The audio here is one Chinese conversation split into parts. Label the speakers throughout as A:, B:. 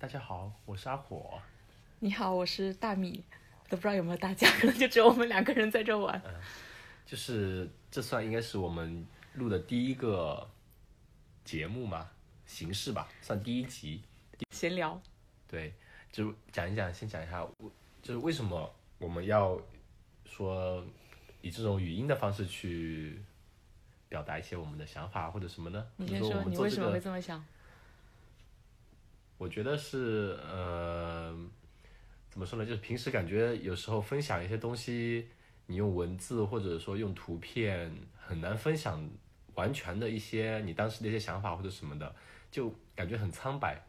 A: 大家好，我是阿火。
B: 你好，我是大米，都不知道有没有大家， 可能就只有我们两个人在这玩。
A: 就是这算应该是我们录的第一个节目嘛，形式吧，算第一集。
B: 闲聊，
A: 对，就讲一讲，先讲一下，我就是为什么我们要说以这种语音的方式去表达一些我们的想法或者什么呢？
B: 你
A: 比
B: 先
A: 如说，
B: 说
A: 我，们
B: 你
A: 做
B: 为
A: 这
B: 什么会
A: 个，
B: 这么想？
A: 我觉得是呃，怎么说呢？就是平时感觉有时候分享一些东西，你用文字或者说用图片很难分享完全的一些你当时的一些想法或者什么的，就感觉很苍白。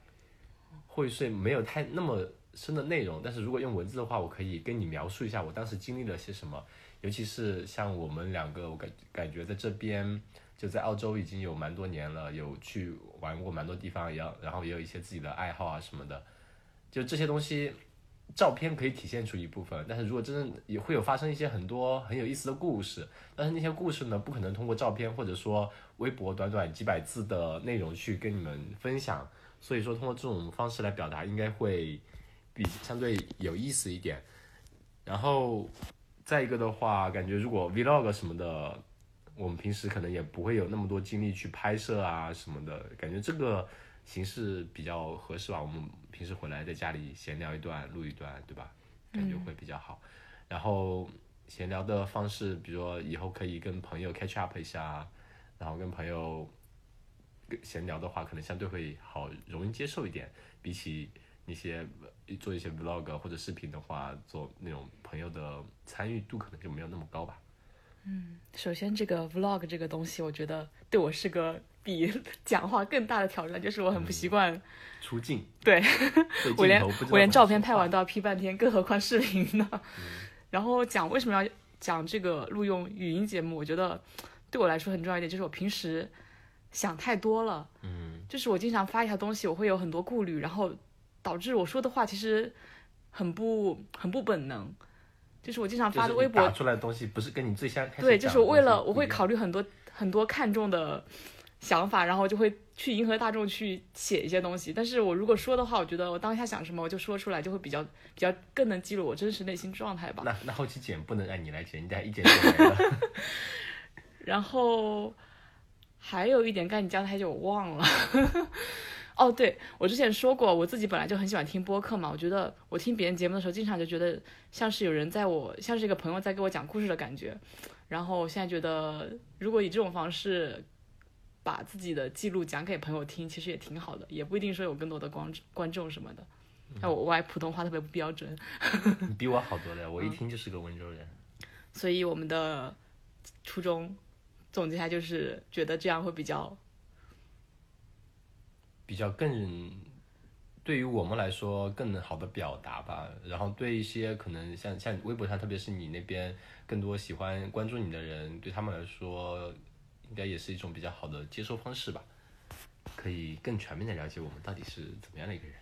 A: 会是没有太那么深的内容，但是如果用文字的话，我可以跟你描述一下我当时经历了些什么，尤其是像我们两个，我感感觉在这边就在澳洲已经有蛮多年了，有去玩过蛮多地方，也要然后也有一些自己的爱好啊什么的，就这些东西，照片可以体现出一部分，但是如果真正也会有发生一些很多很有意思的故事，但是那些故事呢，不可能通过照片或者说微博短短几百字的内容去跟你们分享。所以说通过这种方式来表达应该会比相对有意思一点。然后再一个的话，感觉如果 vlog 什么的，我们平时可能也不会有那么多精力去拍摄啊什么的，感觉这个形式比较合适吧。我们平时回来在家里闲聊一段，录一段，对吧？感觉会比较好。然后闲聊的方式，比如说以后可以跟朋友 catch up 一下，然后跟朋友闲聊的话，可能相对会好，容易接受一点，比起那些呃做一些 vlog 或者视频的话，做那种朋友的参与度可能就没有那么高吧。
B: 首先，这个 vlog 这个东西，我觉得对我是个比 讲话更大的挑战，就是我很不习惯，
A: 出镜，
B: 对
A: 对
B: 我
A: 镜
B: 连
A: 头不知道
B: 我连
A: 怎么
B: 照片
A: 说
B: 拍
A: 话嗯
B: 完都要 P 半天，更何况视频呢？ 然后讲为什么要讲这个录用语音节目，我觉得对我来说很重要一点，就是我平时想太多了。
A: 嗯，
B: 就是我经常发一条东西，我会有很多顾虑，然后导致我说的话其实很不很不本能。就是我经常
A: 就
B: 发
A: 是
B: 的
A: 你
B: 微博，
A: 打出来的东西不是跟你最先开始
B: 对，就
A: 讲
B: 是
A: 的
B: 我为
A: 东西
B: 了我
A: 不一
B: 会
A: 样
B: 考虑很多很多看重的想法，然后就会去迎合大众去写一些东西。但是我如果说的话，我觉得我当下想什么我就说出来，就会比较比较更能记录我真实内心状态吧。
A: 那那后期剪不能按你来剪，你得一剪就没了。
B: 然后还有一点，刚才你讲的太久，我忘了。哦，对，我之前说过，我自己本来就很喜欢听播客嘛。我觉得我听别人节目的时候，经常就觉得像是有人在我，像是一个朋友在给我讲故事的感觉。然后我现在觉得，如果以这种方式把自己的记录讲给朋友听，其实也挺好的，也不一定说有更多的观观众什么的。那我我还普通话特别不标准，
A: 你比我好多了，
B: 嗯
A: 我一听就是个温州人。
B: 所以我们的初衷总结下就是觉得这样会比较
A: 比较更对于我们来说更好的表达吧。然后对一些可能像像微博上，特别是你那边更多喜欢关注你的人，对他们来说，应该也是一种比较好的接收方式吧。可以更全面的了解我们到底是怎么样的一个人，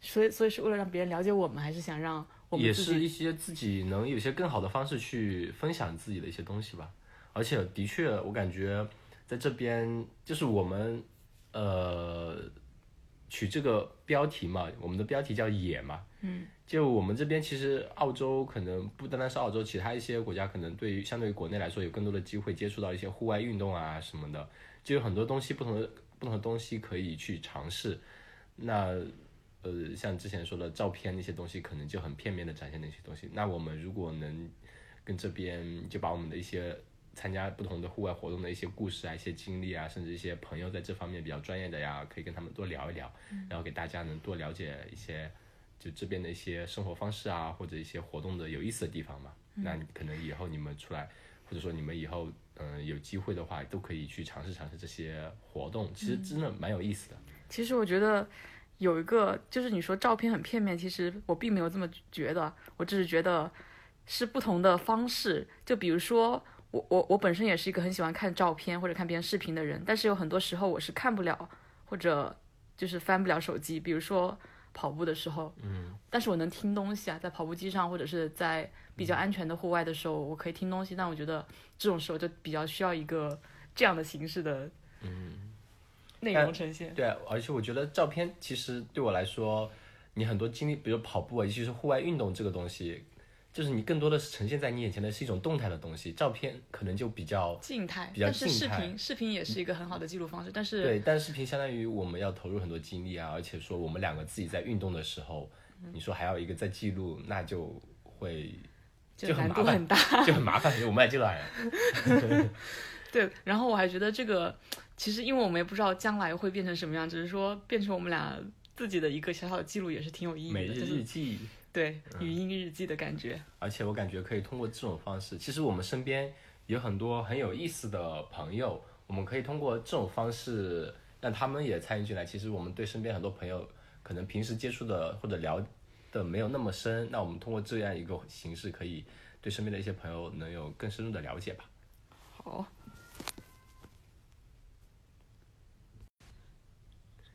B: 所以，所以是为了让别人了解我们，还是想让我
A: 也
B: 们自
A: 是
B: 己？
A: 一些自己能有些更好的方式去分享自己的一些东西吧。而且的确，我感觉在这边就是我们呃取这个标题嘛，我们的标题叫野嘛，嗯，就我们这边其实澳洲可能不单单是澳洲，其他一些国家可能对于相对于国内来说有更多的机会接触到一些户外运动啊什么的，就有很多东西不同的不同的东西可以去尝试。那呃，像之前说的照片那些东西，可能就很片面的展现那些东西。那我们如果能跟这边就把我们的一些参加不同的户外活动的一些故事啊、一些经历啊，甚至一些朋友在这方面比较专业的呀，可以跟他们多聊一聊，然后给大家能多了解一些就这边的一些生活方式啊，或者一些活动的有意思的地方嘛。那你可能以后你们出来，或者说你们以后嗯、呃有机会的话，都可以去尝试尝试这些活动，其实真的蛮有意思的。
B: 其实我觉得有一个，就是你说照片很片面，其实我并没有这么觉得，我只是觉得是不同的方式。就比如说，我我我本身也是一个很喜欢看照片或者看别人视频的人，但是有很多时候我是看不了或者就是翻不了手机，比如说跑步的时候，嗯，但是我能听东西啊，在跑步机上或者是在比较安全的户外的时候，我可以听东西。但我觉得这种时候就比较需要一个这样的形式的内容呈现。
A: 对，而且我觉得照片其实对我来说，你很多经历，比如跑步啊，尤其是户外运动这个东西，就是你更多的是呈现在你眼前的是一种动态的东西，照片可能就比较
B: 静态，
A: 比较
B: 但是视
A: 静态
B: 频视频也是一个很好的记录方式，但是
A: 对，但视频相当于我们要投入很多精力啊，而且说我们两个自己在运动的时候，
B: 嗯
A: 你说还要一个在记录，那就会
B: 就
A: 就很
B: 难
A: 麻
B: 度
A: 烦
B: 很大。
A: 就很麻烦，因为我们俩这懒人。
B: 对，然后我还觉得这个，其实因为我们也不知道将来会变成什么样，只是说变成我们俩自己的一个小小的记录也是挺 有意义
A: 每
B: 的，
A: 日
B: 就是
A: 日记，
B: 对
A: 嗯
B: 语音日记的感觉。
A: 而且我感觉可以通过这种方式，其实我们身边有很多很有意思的朋友，我们可以通过这种方式让他们也参与进来。其实我们对身边很多朋友，可能平时接触的或者聊的没有那么深，那我们通过这样一个形式，可以对身边的一些朋友能有更深入的了解吧。
B: 好，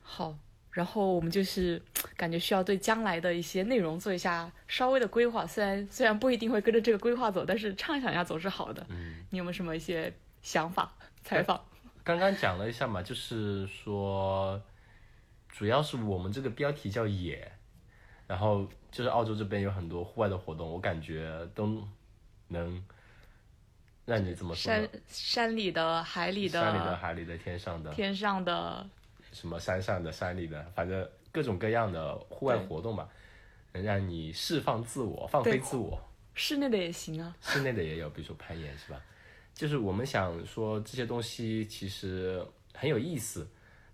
B: 好，然后我们就是感觉需要对将来的一些内容做一下稍微的规划，虽然虽然不一定会跟着这个规划走，但是畅想一下总是好的。
A: 嗯，
B: 你有没有什么一些想法？采访？
A: 刚刚讲了一下嘛，就是说，主要是我们这个标题叫野，然后就是澳洲这边有很多户外的活动，我感觉都能让你怎么说呢
B: 山？山里的、海里的、
A: 山里的、海里的、天上的，
B: 天上的，
A: 什么山上的、山里的，反正各种各样的户外活动吧，能让你释放自我、放飞
B: 对
A: 自我。
B: 室内的也行啊。
A: 室内的也有，比如说攀岩是吧？就是我们想说这些东西其实很有意思，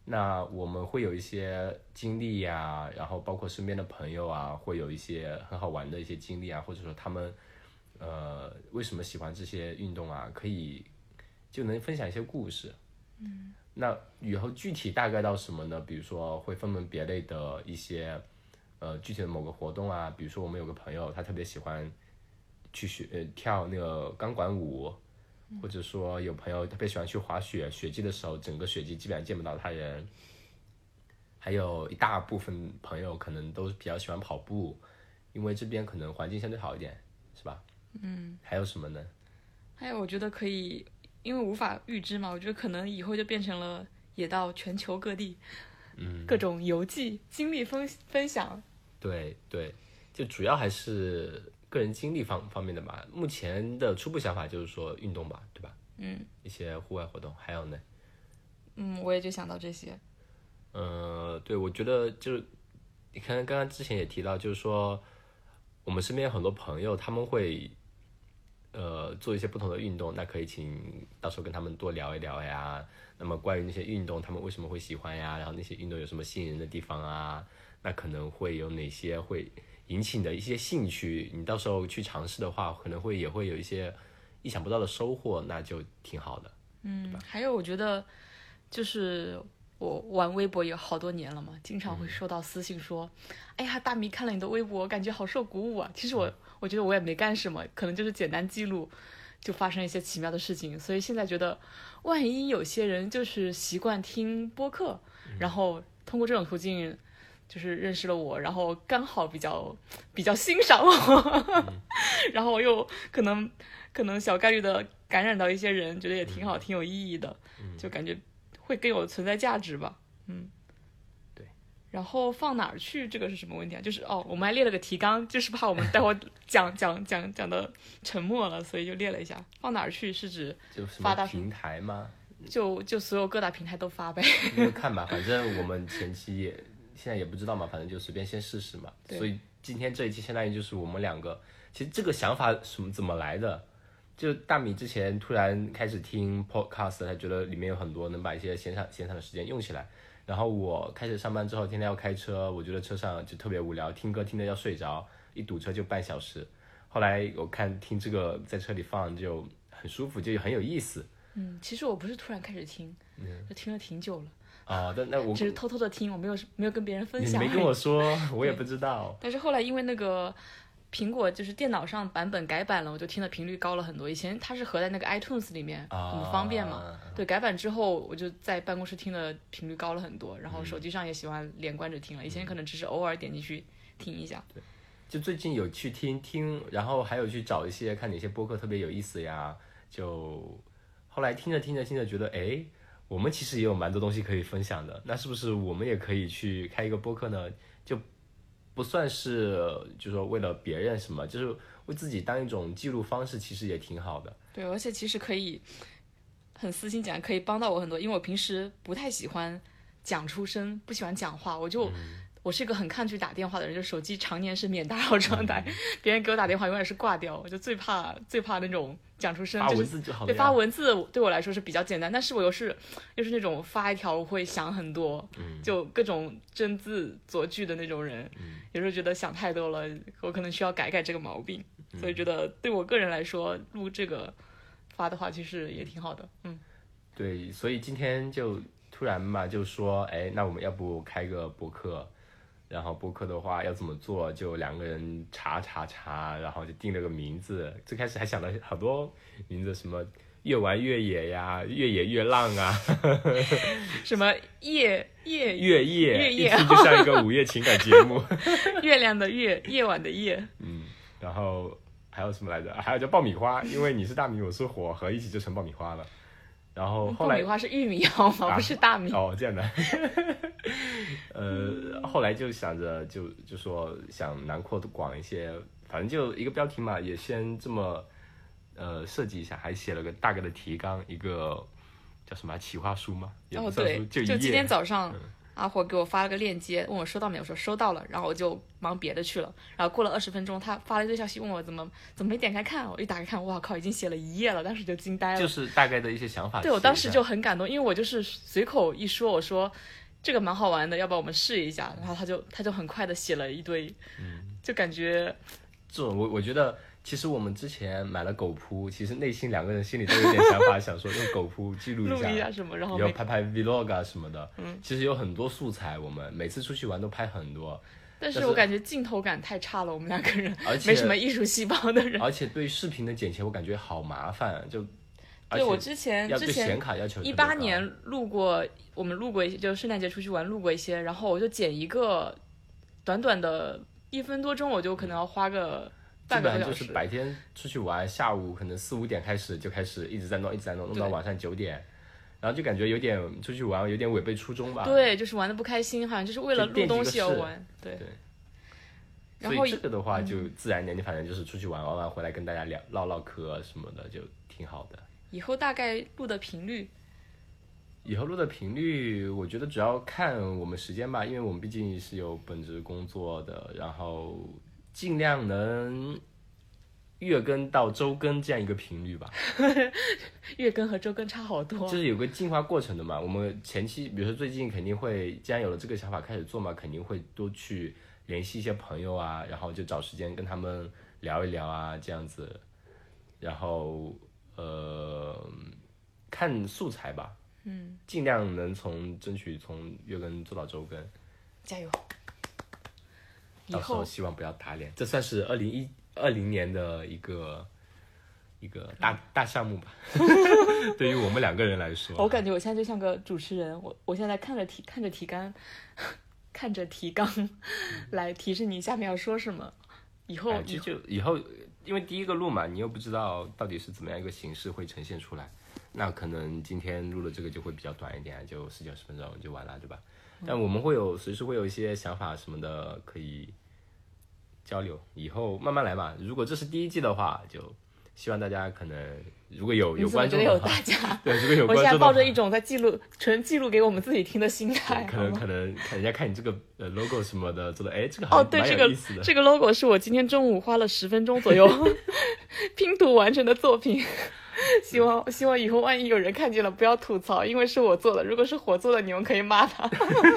A: 那我们会有一些经历呀、然后包括身边的朋友啊，会有一些很好玩的一些经历啊，或者说他们呃为什么喜欢这些运动啊，可以就能分享一些故事。嗯，那以后具体大概到什么呢？比如说会分门别类的一些呃具体的某个活动啊，比如说我们有个朋友他特别喜欢。去学呃跳那个钢管舞，或者说有朋友特别喜欢去滑雪，雪季的时候整个雪季基本上见不到他人。还有一大部分朋友可能都比较喜欢跑步，因为这边可能环境相对好一点，是吧？嗯。还有什么呢？
B: 还有，我觉得可以，因为无法预知嘛，我觉得可能以后就变成了也到全球各地，嗯，各种游记、经历分分享。
A: 对对，就主要还是个人经历方方面的吧。目前的初步想法就是说运动吧，对吧？嗯。一些户外活动，还有呢？
B: 嗯，我也就想到这些。
A: 呃，对，我觉得就是你看，刚刚之前也提到，就是说我们身边有很多朋友，他们会呃做一些不同的运动，那可以请到时候跟他们多聊一聊呀。那么关于那些运动，他们为什么会喜欢呀？然后那些运动有什么吸引人的地方啊？那可能会有哪些会引起你的一些兴趣？你到时候去尝试的话，可能会也会有一些意想不到的收获，那就挺好的。
B: 嗯，还有我觉得就是。我玩微博也好多年了嘛，经常会收到私信说：“哎呀，大米看了你的微博，感觉好受鼓舞啊。”其实我我觉得我也没干什么，可能就是简单记录，就发生一些奇妙的事情。所以现在觉得，万一有些人就是习惯听播客，然后通过这种途径，就是认识了我，然后刚好比较比较欣赏我， 然后又可能可能小概率的感染到一些人，觉得也挺好，挺有意义的，
A: 嗯
B: 就感觉会更有存在价值吧。嗯，
A: 对。
B: 然后放哪儿去，这个是什么问题啊？就是哦，我们还列了个提纲，就是怕我们待会儿讲 讲讲讲的沉默了，所以就列了一下。放哪儿去是指
A: 就什
B: 发
A: 么
B: 大水
A: 平台吗？
B: 就就所有各大平台都发呗。
A: 那就看吧，反正我们前期也现在也不知道嘛，反正就随便先试试嘛。
B: 对
A: 所以今天这一期相当于就是我们两个，其实这个想法什么怎么来的？就大米之前突然开始听 podcast，他觉得里面有很多能把一些闲散闲散的时间用起来。然后我开始上班之后，天天要开车，我觉得车上就特别无聊，听歌听得要睡着，一堵车就半小时。后来我看听这个在车里放就很舒服，就很有意思
B: 嗯，其实我不是突然开始听，就听了挺久了，
A: 啊、但嗯那我
B: 只是偷偷的听，我没有没有跟别人分
A: 你
B: 享。
A: 没跟我说，我也不知道。
B: 但是后来因为那个苹果就是电脑上版本改版了，我就听的频率高了很多。以前它是合在那个 iTunes 里面，
A: 啊
B: 很方便嘛。对，改版之后我就在办公室听的频率高了很多，然后手机上也喜欢连关着听了。以前可能只是偶尔点进去听一下。
A: 就最近有去听听，然后还有去找一些看哪些播客特别有意思呀。就后来听着听着听着觉得，哎，我们其实也有蛮多东西可以分享的，那是不是我们也可以去开一个播客呢？就不算是就是说为了别人什么，就是为自己当一种记录方式，其实也挺好的。
B: 对，而且其实可以很私心讲，可以帮到我很多，因为我平时不太喜欢讲出声，不喜欢讲话，我就、我是一个很抗拒打电话的人，就手机常年是免打扰状态，别人给我打电话永远是挂掉，我就最怕最怕那种讲出声，
A: 发
B: 就是
A: 文字就好了
B: 对，
A: 呀。
B: 发文字对我来说是比较简单，但是我又是又是那种发一条我会想很多，
A: 嗯
B: 就各种斟字酌句的那种人，
A: 嗯
B: 有时候觉得想太多了，我可能需要改改这个毛病，
A: 嗯
B: 所以觉得对我个人来说，录这个发的话其实也挺好的， 嗯，
A: 对，所以今天就突然嘛，就说，哎，那我们要不开个博客？然后博客的话要怎么做？就两个人查查查，然后就定了个名字。最开始还想了好多名字，什么越玩越野呀，越野越浪啊，
B: 什么夜夜
A: 越夜，
B: 越
A: 一
B: 夜
A: 听就像一个午夜情感节目。
B: 月亮的月，夜晚的夜，
A: 嗯，然后还有什么来着？还有叫爆米花，因为你是大米，我是火，合一起就成爆米花了。然后后
B: 嗯爆
A: 来
B: 米花是玉米好吗？
A: 啊
B: 不是大米，
A: 哦，这样的。呃，后来就想着就就说想囊括广一些，反正就一个标题嘛，也先这么呃设计一下，还写了个大概的提纲，一个叫什么啊企划书嘛，也不
B: 哦，
A: 算
B: 对
A: 书，，
B: 就
A: 一嗯
B: 今
A: 页
B: 天。早上，阿火给我发了个链接，问我收到没有，我说收到了，然后我就忙别的去了。然后过了二十分钟，他发了一堆消息问我怎么怎么没点开看，啊我一打开看，哇靠，已经写了一页了，当时就惊呆 了。
A: 就是大概的一些想法写一下。
B: 对我当时就很感动，因为我就是随口一说，我说这个蛮好玩的，要不然我们试一下。然后他就他就很快的写了一堆，
A: 嗯
B: 就感觉
A: 这种，我我觉得其实我们之前买了狗扑，其实内心两个人心里都有点想法，想说用狗扑记录
B: 录
A: 一下，
B: 一下什么，然后
A: 也要
B: 没
A: 拍拍 vlog 啊什么的。嗯，其实有很多素材，我们每次出去玩都拍很多，
B: 但
A: 但
B: 是
A: 是
B: 我感觉镜头感太差了，我们两个人
A: 而且
B: 没什么艺术细胞的人。
A: 而且对视频的剪切我感觉好麻烦，啊就而
B: 对我
A: 且
B: 之前
A: 要
B: 之
A: 对
B: 前
A: 显卡要求特
B: 一
A: 别高
B: 八年录过，我们录过一些，就是圣诞节出去玩录过一些，然后我就剪一个短短的一分多钟，我就可能要花个
A: 基
B: 半个
A: 本
B: 多
A: 上
B: 小
A: 就
B: 时。
A: 是白天出去玩，下午可能四五点开始就开始一直在弄，一直在弄，弄到
B: 对
A: 晚上九点，然后就感觉有点出去玩有点违背初衷吧。
B: 对，就是玩的不开心，好像就是为了
A: 就
B: 录
A: 惦记
B: 东
A: 个
B: 西而
A: 事
B: 玩。对。
A: 对
B: 然
A: 所
B: 后嗯
A: 以这个的话就自然一点，你反正就是出去玩玩完回来跟大家聊唠唠嗑什么的，就挺好的。
B: 以后大概录的频率，
A: 以后录的频率，我觉得主要看我们时间吧，因为我们毕竟是有本职工作的，然后尽量能月更到周更这样一个频率吧，
B: 月更和周更差好多。
A: 就是有个进化过程的嘛。我们前期，比如说最近肯定会，既然有了这个想法开始做嘛，肯定会多去联系一些朋友啊，然后就找时间跟他们聊一聊啊，这样子，然后呃，看素材吧。嗯，尽量能从争取从月更做到周更，
B: 加油！以
A: 到时候
B: 后
A: 希望不要打脸，这算是二零一二零年的一个一个大大项目吧。 对于我们两个人来说，
B: 我感觉我现在就像个主持人，我我现在看着提看着提纲， 看着提纲
A: 嗯
B: 来提示你下面要说什么。以后
A: 哎
B: 以
A: 就就以后，因为第一个录嘛，你又不知道到底是怎么样一个形式会呈现出来，那可能今天录的这个就会比较短一点，就十九十分钟就完了，对吧？
B: 嗯
A: 但我们会有随时会有一些想法什么的可以交流，以后慢慢来嘛。如果这是第一季的话，就希望大家可能如果有
B: 你
A: 有
B: 怎么
A: 观
B: 觉
A: 众
B: 得
A: 的
B: 有
A: 话，
B: 大家？
A: 对，如果有
B: 我现
A: 观众
B: 在
A: 的
B: 抱
A: 话
B: 着，一种在记录、纯记录给我们自己听的心态
A: 对，可能
B: 好吗
A: 可能看人家看你这个呃 logo 什么的，做的哎这个好
B: 哦，
A: 像
B: 对，
A: 蛮
B: 这
A: 有意
B: 个
A: 思的。
B: 这个 logo 是我今天中午花了十分钟左右拼图完成的作品。希望希望以后万一有人看见了，不要吐槽，因为是我做的。如果是火做的，你们可以骂他，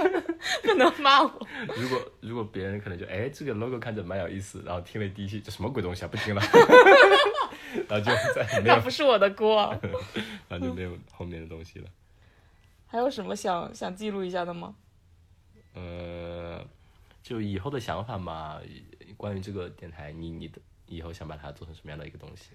B: 不能骂我。
A: 如果 如果别人可能就哎这个 logo 看着蛮有意思，然后听了第一期这什么鬼东西啊，不听了， 然后就再没有
B: 那，不是我的锅。啊
A: 然后就没有后面的东西了。
B: 还有什么想想记录一下的吗？
A: 呃，就以后的想法嘛，关于这个电台，你你的以后想把它做成什么样的一个东西？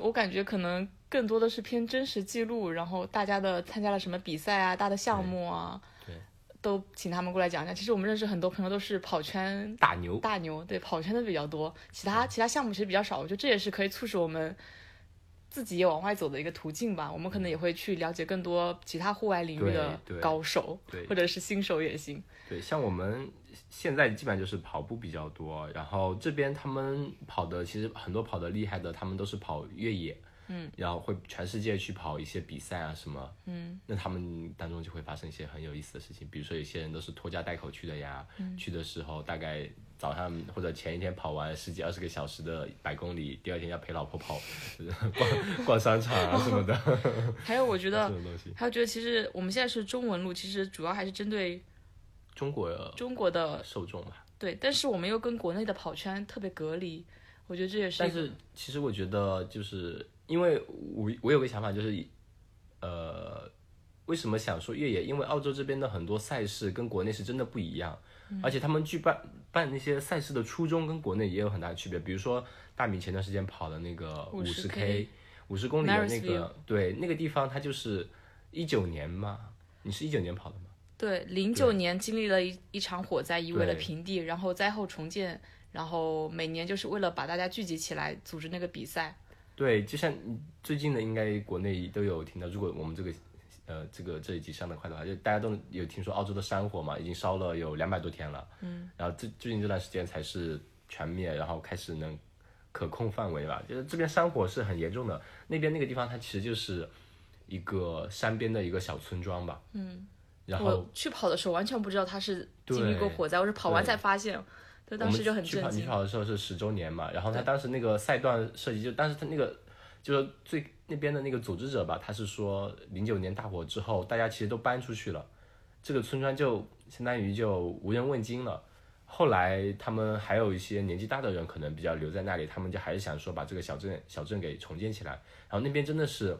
B: 我感觉可能更多的是偏真实记录，然后大家的参加了什么比赛啊、大的项目啊，
A: 对对
B: 都请他们过来讲讲。其实我们认识很多朋友都是跑圈
A: 大牛，
B: 大牛，对跑圈的比较多，其他其他项目其实比较少。我觉得这也是可以促使我们自己也往外走的一个途径吧。我们可能也会去了解更多其他户外领域的
A: 嗯对对
B: 高手，
A: 对
B: 或者是新手也行。
A: 对，像我们现在基本上就是跑步比较多，然后这边他们跑的其实很多跑的厉害的，他们都是跑越野，嗯，然后会全世界去跑一些比赛啊什么，嗯，那他们当中就会发生一些很有意思的事情，比如说有些人都是拖家带口去的呀，去的时候大概早上或者前一天跑完十几二十个小时的百公里，第二天要陪老婆跑 逛逛商场啊什么 的，
B: 还有，我觉
A: 这
B: 得，
A: 种东西。
B: 还有觉得，其实我们现在是中文路，其实主要还是针对
A: 中国
B: 中国的
A: 受众吧。
B: 对，但是我们又跟国内的跑圈特别隔离，我觉得这也是一
A: 但
B: 个
A: 是其实我觉得，就是因为我我有个想法，就是呃，为什么想说越野？因为澳洲这边的很多赛事跟国内是真的不一样，而且他们举办办那些赛事的初衷跟国内也有很大的区别。比如说大米前段时间跑的那个五十 K，五十公里的那
B: Marysville
A: 个，对那个地方，它就是一九年嘛，你是一九年跑的吗？
B: 对，零九年经历了一一场火灾，夷为了
A: 对
B: 平地，然后灾后重建，然后每年就是为了把大家聚集起来组织那个比赛。
A: 对，就像最近的，应该国内都有听到。如果我们这个，呃，这个这一集上的快的话，就大家都有听说澳洲的山火嘛，已经烧了有两百多天了。嗯。然后最最近这段时间才是全灭，然后开始能可控范围吧。就是这边山火是很严重的，那边那个地方它其实就是一个山边的一个小村庄吧。嗯。然后
B: 我去跑的时候完全不知道他是经历过
A: 对
B: 火灾，我是跑完才发现，
A: 我
B: 对，当时就很震
A: 们去
B: 惊。
A: 跑。你跑的时候是十周年嘛，然后他当时那个赛段设计就，但是他那个就是最那边的那个组织者吧，他是说零九年大火之后，大家其实都搬出去了，这个村庄就相当于就无人问津了。后来他们还有一些年纪大的人可能比较留在那里，他们就还是想说把这个小镇小镇给重建起来。然后那边真的是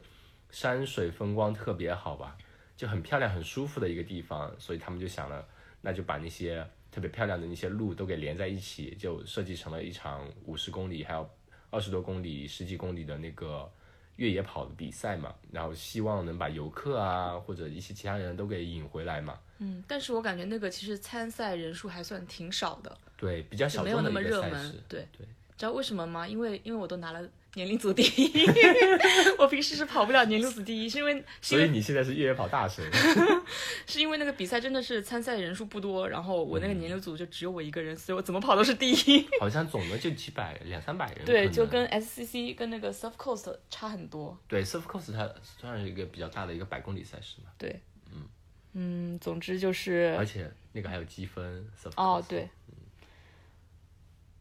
A: 山水风光特别好吧，就很漂亮、很舒服的一个地方，所以他们就想了，那就把那些特别漂亮的那些路都给连在一起，就设计成了一场五十公里、还有二十多公里、十几公里的那个越野跑的比赛嘛。然后希望能把游客啊或者一些其他人都给引回来嘛。
B: 嗯，但是我感觉那个其实参赛人数还算挺少的，
A: 对，比较
B: 就
A: 小
B: 没有
A: 众
B: 那
A: 的
B: 么
A: 一
B: 热
A: 个赛
B: 门
A: 事。。
B: 对
A: 对，
B: 知道为什么吗？因为因为我都拿了年龄组第一， 我平时是跑不了年龄组第一，是 因为是因
A: 所
B: 为
A: 以你现在是越野跑大神。
B: 是因为那个比赛真的是参赛人数不多，然后我那个
A: 嗯
B: 年龄组就只有我一个人，所以我怎么跑都是第 一。
A: 好像总的就几百两三百人，可
B: 对，
A: 能
B: 就跟 SCC 跟那个 Surf Coast 差很多。
A: 对 Surf Coast 它算是一个比较大的一个百公里赛事嘛，
B: 对，嗯嗯，总之就是
A: 而且那个还有积分 Surf
B: 哦
A: Coast
B: 对，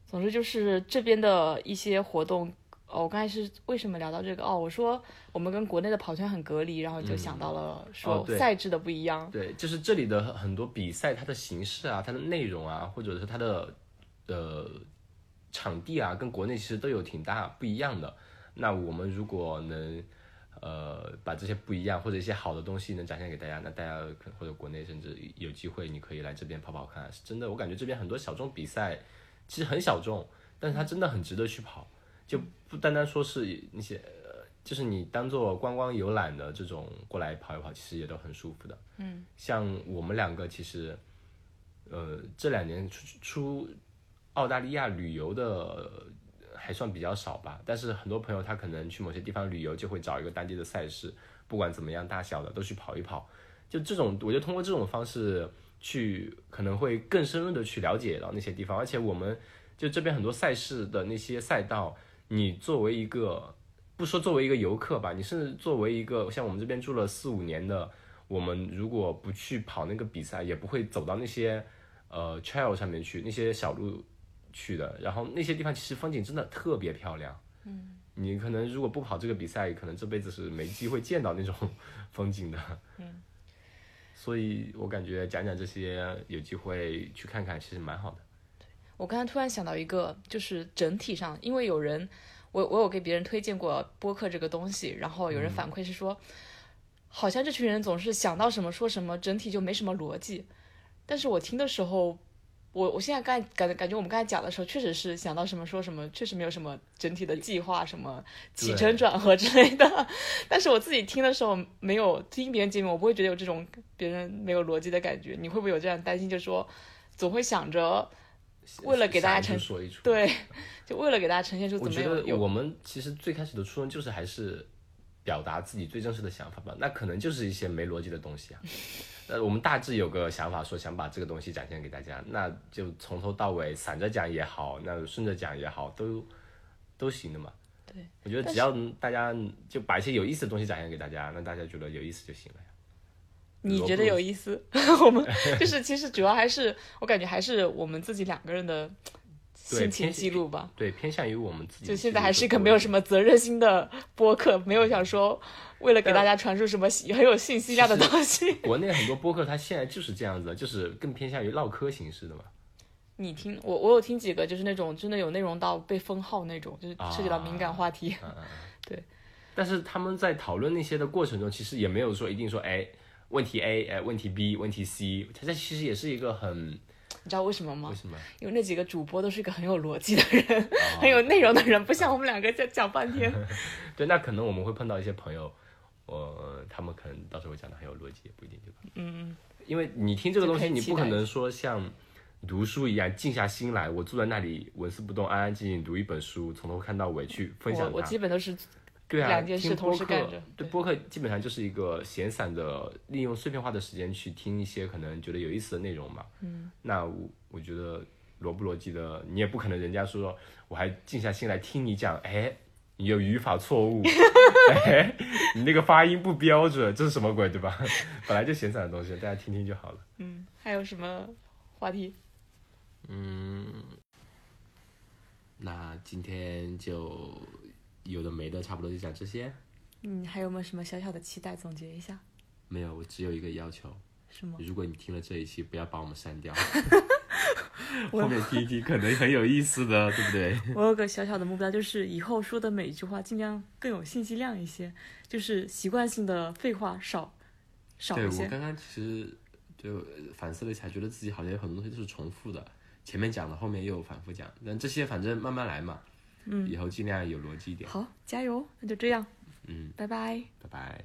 B: 总之就是这边的一些活动。哦，我刚才是为什么聊到这个？哦，我说我们跟国内的跑圈很隔离，然后就想到了
A: 哦
B: 说
A: 对
B: 赛制的不一样。
A: 对，就是这里的很多比赛，它的形式啊，它的内容啊，或者是它的呃场地啊，跟国内其实都有挺大不一样的。那我们如果能呃把这些不一样或者一些好的东西能展现给大家，那大家可或者国内甚至有机会，你可以来这边跑跑看。是真的，我感觉这边很多小众比赛其实很小众，但是它真的很值得去跑，就不单单说是那些。呃就是你当做观光游览的这种过来跑一跑，其实也都很舒服的。像我们两个其实，呃，这两年出出澳大利亚旅游的呃还算比较少吧，但是很多朋友他可能去某些地方旅游就会找一个当地的赛事，不管怎么样大小的都去跑一跑。就这种，我就通过这种方式去，可能会更深入的去了解到那些地方，而且我们就这边很多赛事的那些赛道，你作为一个不说作为一个游客吧，你甚至作为一个像我们这边住了四五年的，我们如果不去跑那个比赛，也不会走到那些呃 trail 上面去，那些小路去的。然后那些地方其实风景真的特别漂亮。嗯，你可能如果不跑这个比赛，可能这辈子是没机会见到那种 风景的。嗯， 所以我感觉讲讲这些，有机会去看看，其实蛮好的。
B: 我刚才突然想到一个，就是整体上，因为有人，我我有给别人推荐过播客这个东西，然后有人反馈是说，好像这群人总是想到什么说什么，整体就没什么逻辑。但是我听的时候，我我现在刚才感感觉我们刚才讲的时候，确实是想到什么说什么，确实没有什么整体的计划，什么起承转合之类的。 但是我自己听的时候，没有听别人节目，我不会觉得有这种别人没有逻辑的感觉。你会不会有这样担心？就说总会想着为了给大家呈
A: 说一出，
B: 对，就为了给大家呈现出
A: 我
B: 怎么
A: 觉
B: 有
A: 得
B: 有
A: 我们其实最开始的初衷就是还是表达自己最真实的想法吧，那可能就是一些没逻辑的东西啊。那我们大致有个想法，说想把这个东西展现给大家，那就从头到尾散着讲也好，那顺着讲也好，都都行的嘛。
B: 对，
A: 我觉得只要大家就把一些有意思的东西展现给大家，那大家觉得有意思就行了呀。
B: 你觉得有意思？ 我们 就是其实主要还是我感觉还是我们自己两个人的心情
A: 偏
B: 记录吧。
A: 对，偏向于我们自己。
B: 就现在还是一个没有什么责任心的播客，没有想说为了给
A: 呃
B: 大家传输什么信很 有信息量的东西。
A: 国内很多播客，它现在就是这样子的，就是更偏向于唠嗑形式的嘛。
B: 你听我，我有听几个，就是那种真的有内容到被封号那种，就是涉及到敏
A: 啊
B: 感话题。
A: 但是他们在讨论那些的过程中，其实也没有说一定说，哎，问题 A，哎，问题 B，问题 C，它这其实也是一个很
B: 你知道为什么吗
A: 为？什么？啊
B: 因为那几个主播都是一个很有逻辑的人，很有内容的人，不像我们两个在讲半天。
A: 对，那可能我们会碰到一些朋友，呃，他们可能到时候会讲的很有逻辑，也不一定对吧？嗯，因为你听这个东西，
B: 就可以
A: 你
B: 期
A: 不可
B: 待
A: 能说像读书一样静下心来，我坐在那里纹丝不动，安安静静读一本书，从头看到尾去分享
B: 我
A: 它。
B: 我基本都是
A: 对啊，
B: 两件事
A: 听
B: 同时
A: 播客
B: 干着
A: 对
B: 对
A: 播客基本上就是一个闲散的，利用碎片化的时间去听一些可能觉得有意思的内容嘛。嗯，那我我觉得逻不逻辑的，你也不可能人家说我还静下心来听你讲，哎，你有语法错误， 哎，你那个发音不标准，这是什么鬼，对吧？ 本来就闲散的东西，大家听听就好了。
B: 嗯，还有什么话题？
A: 嗯，那今天就有的没的，差不多就讲这些。
B: 嗯，还有没有什么小小的期待？总结一下，
A: 没有，我只有一个要求。
B: 是吗？
A: 如果你听了这一期，不要把我们删掉，后面听一听可能很有意思的，对不对？
B: 我有个小小的目标，就是以后说的每一句话尽量更有信息量一些，就是习惯性的废话少少
A: 对
B: 一
A: 我
B: 些。
A: 刚刚其实就反思了一下，觉得自己好像有很多东西都是重复的，前面讲的，后面又反复讲，但这些反正慢慢来嘛，嗯，以后尽量有逻辑一点，
B: 好，加油！那就这样，
A: 嗯，
B: 拜拜。
A: 拜拜。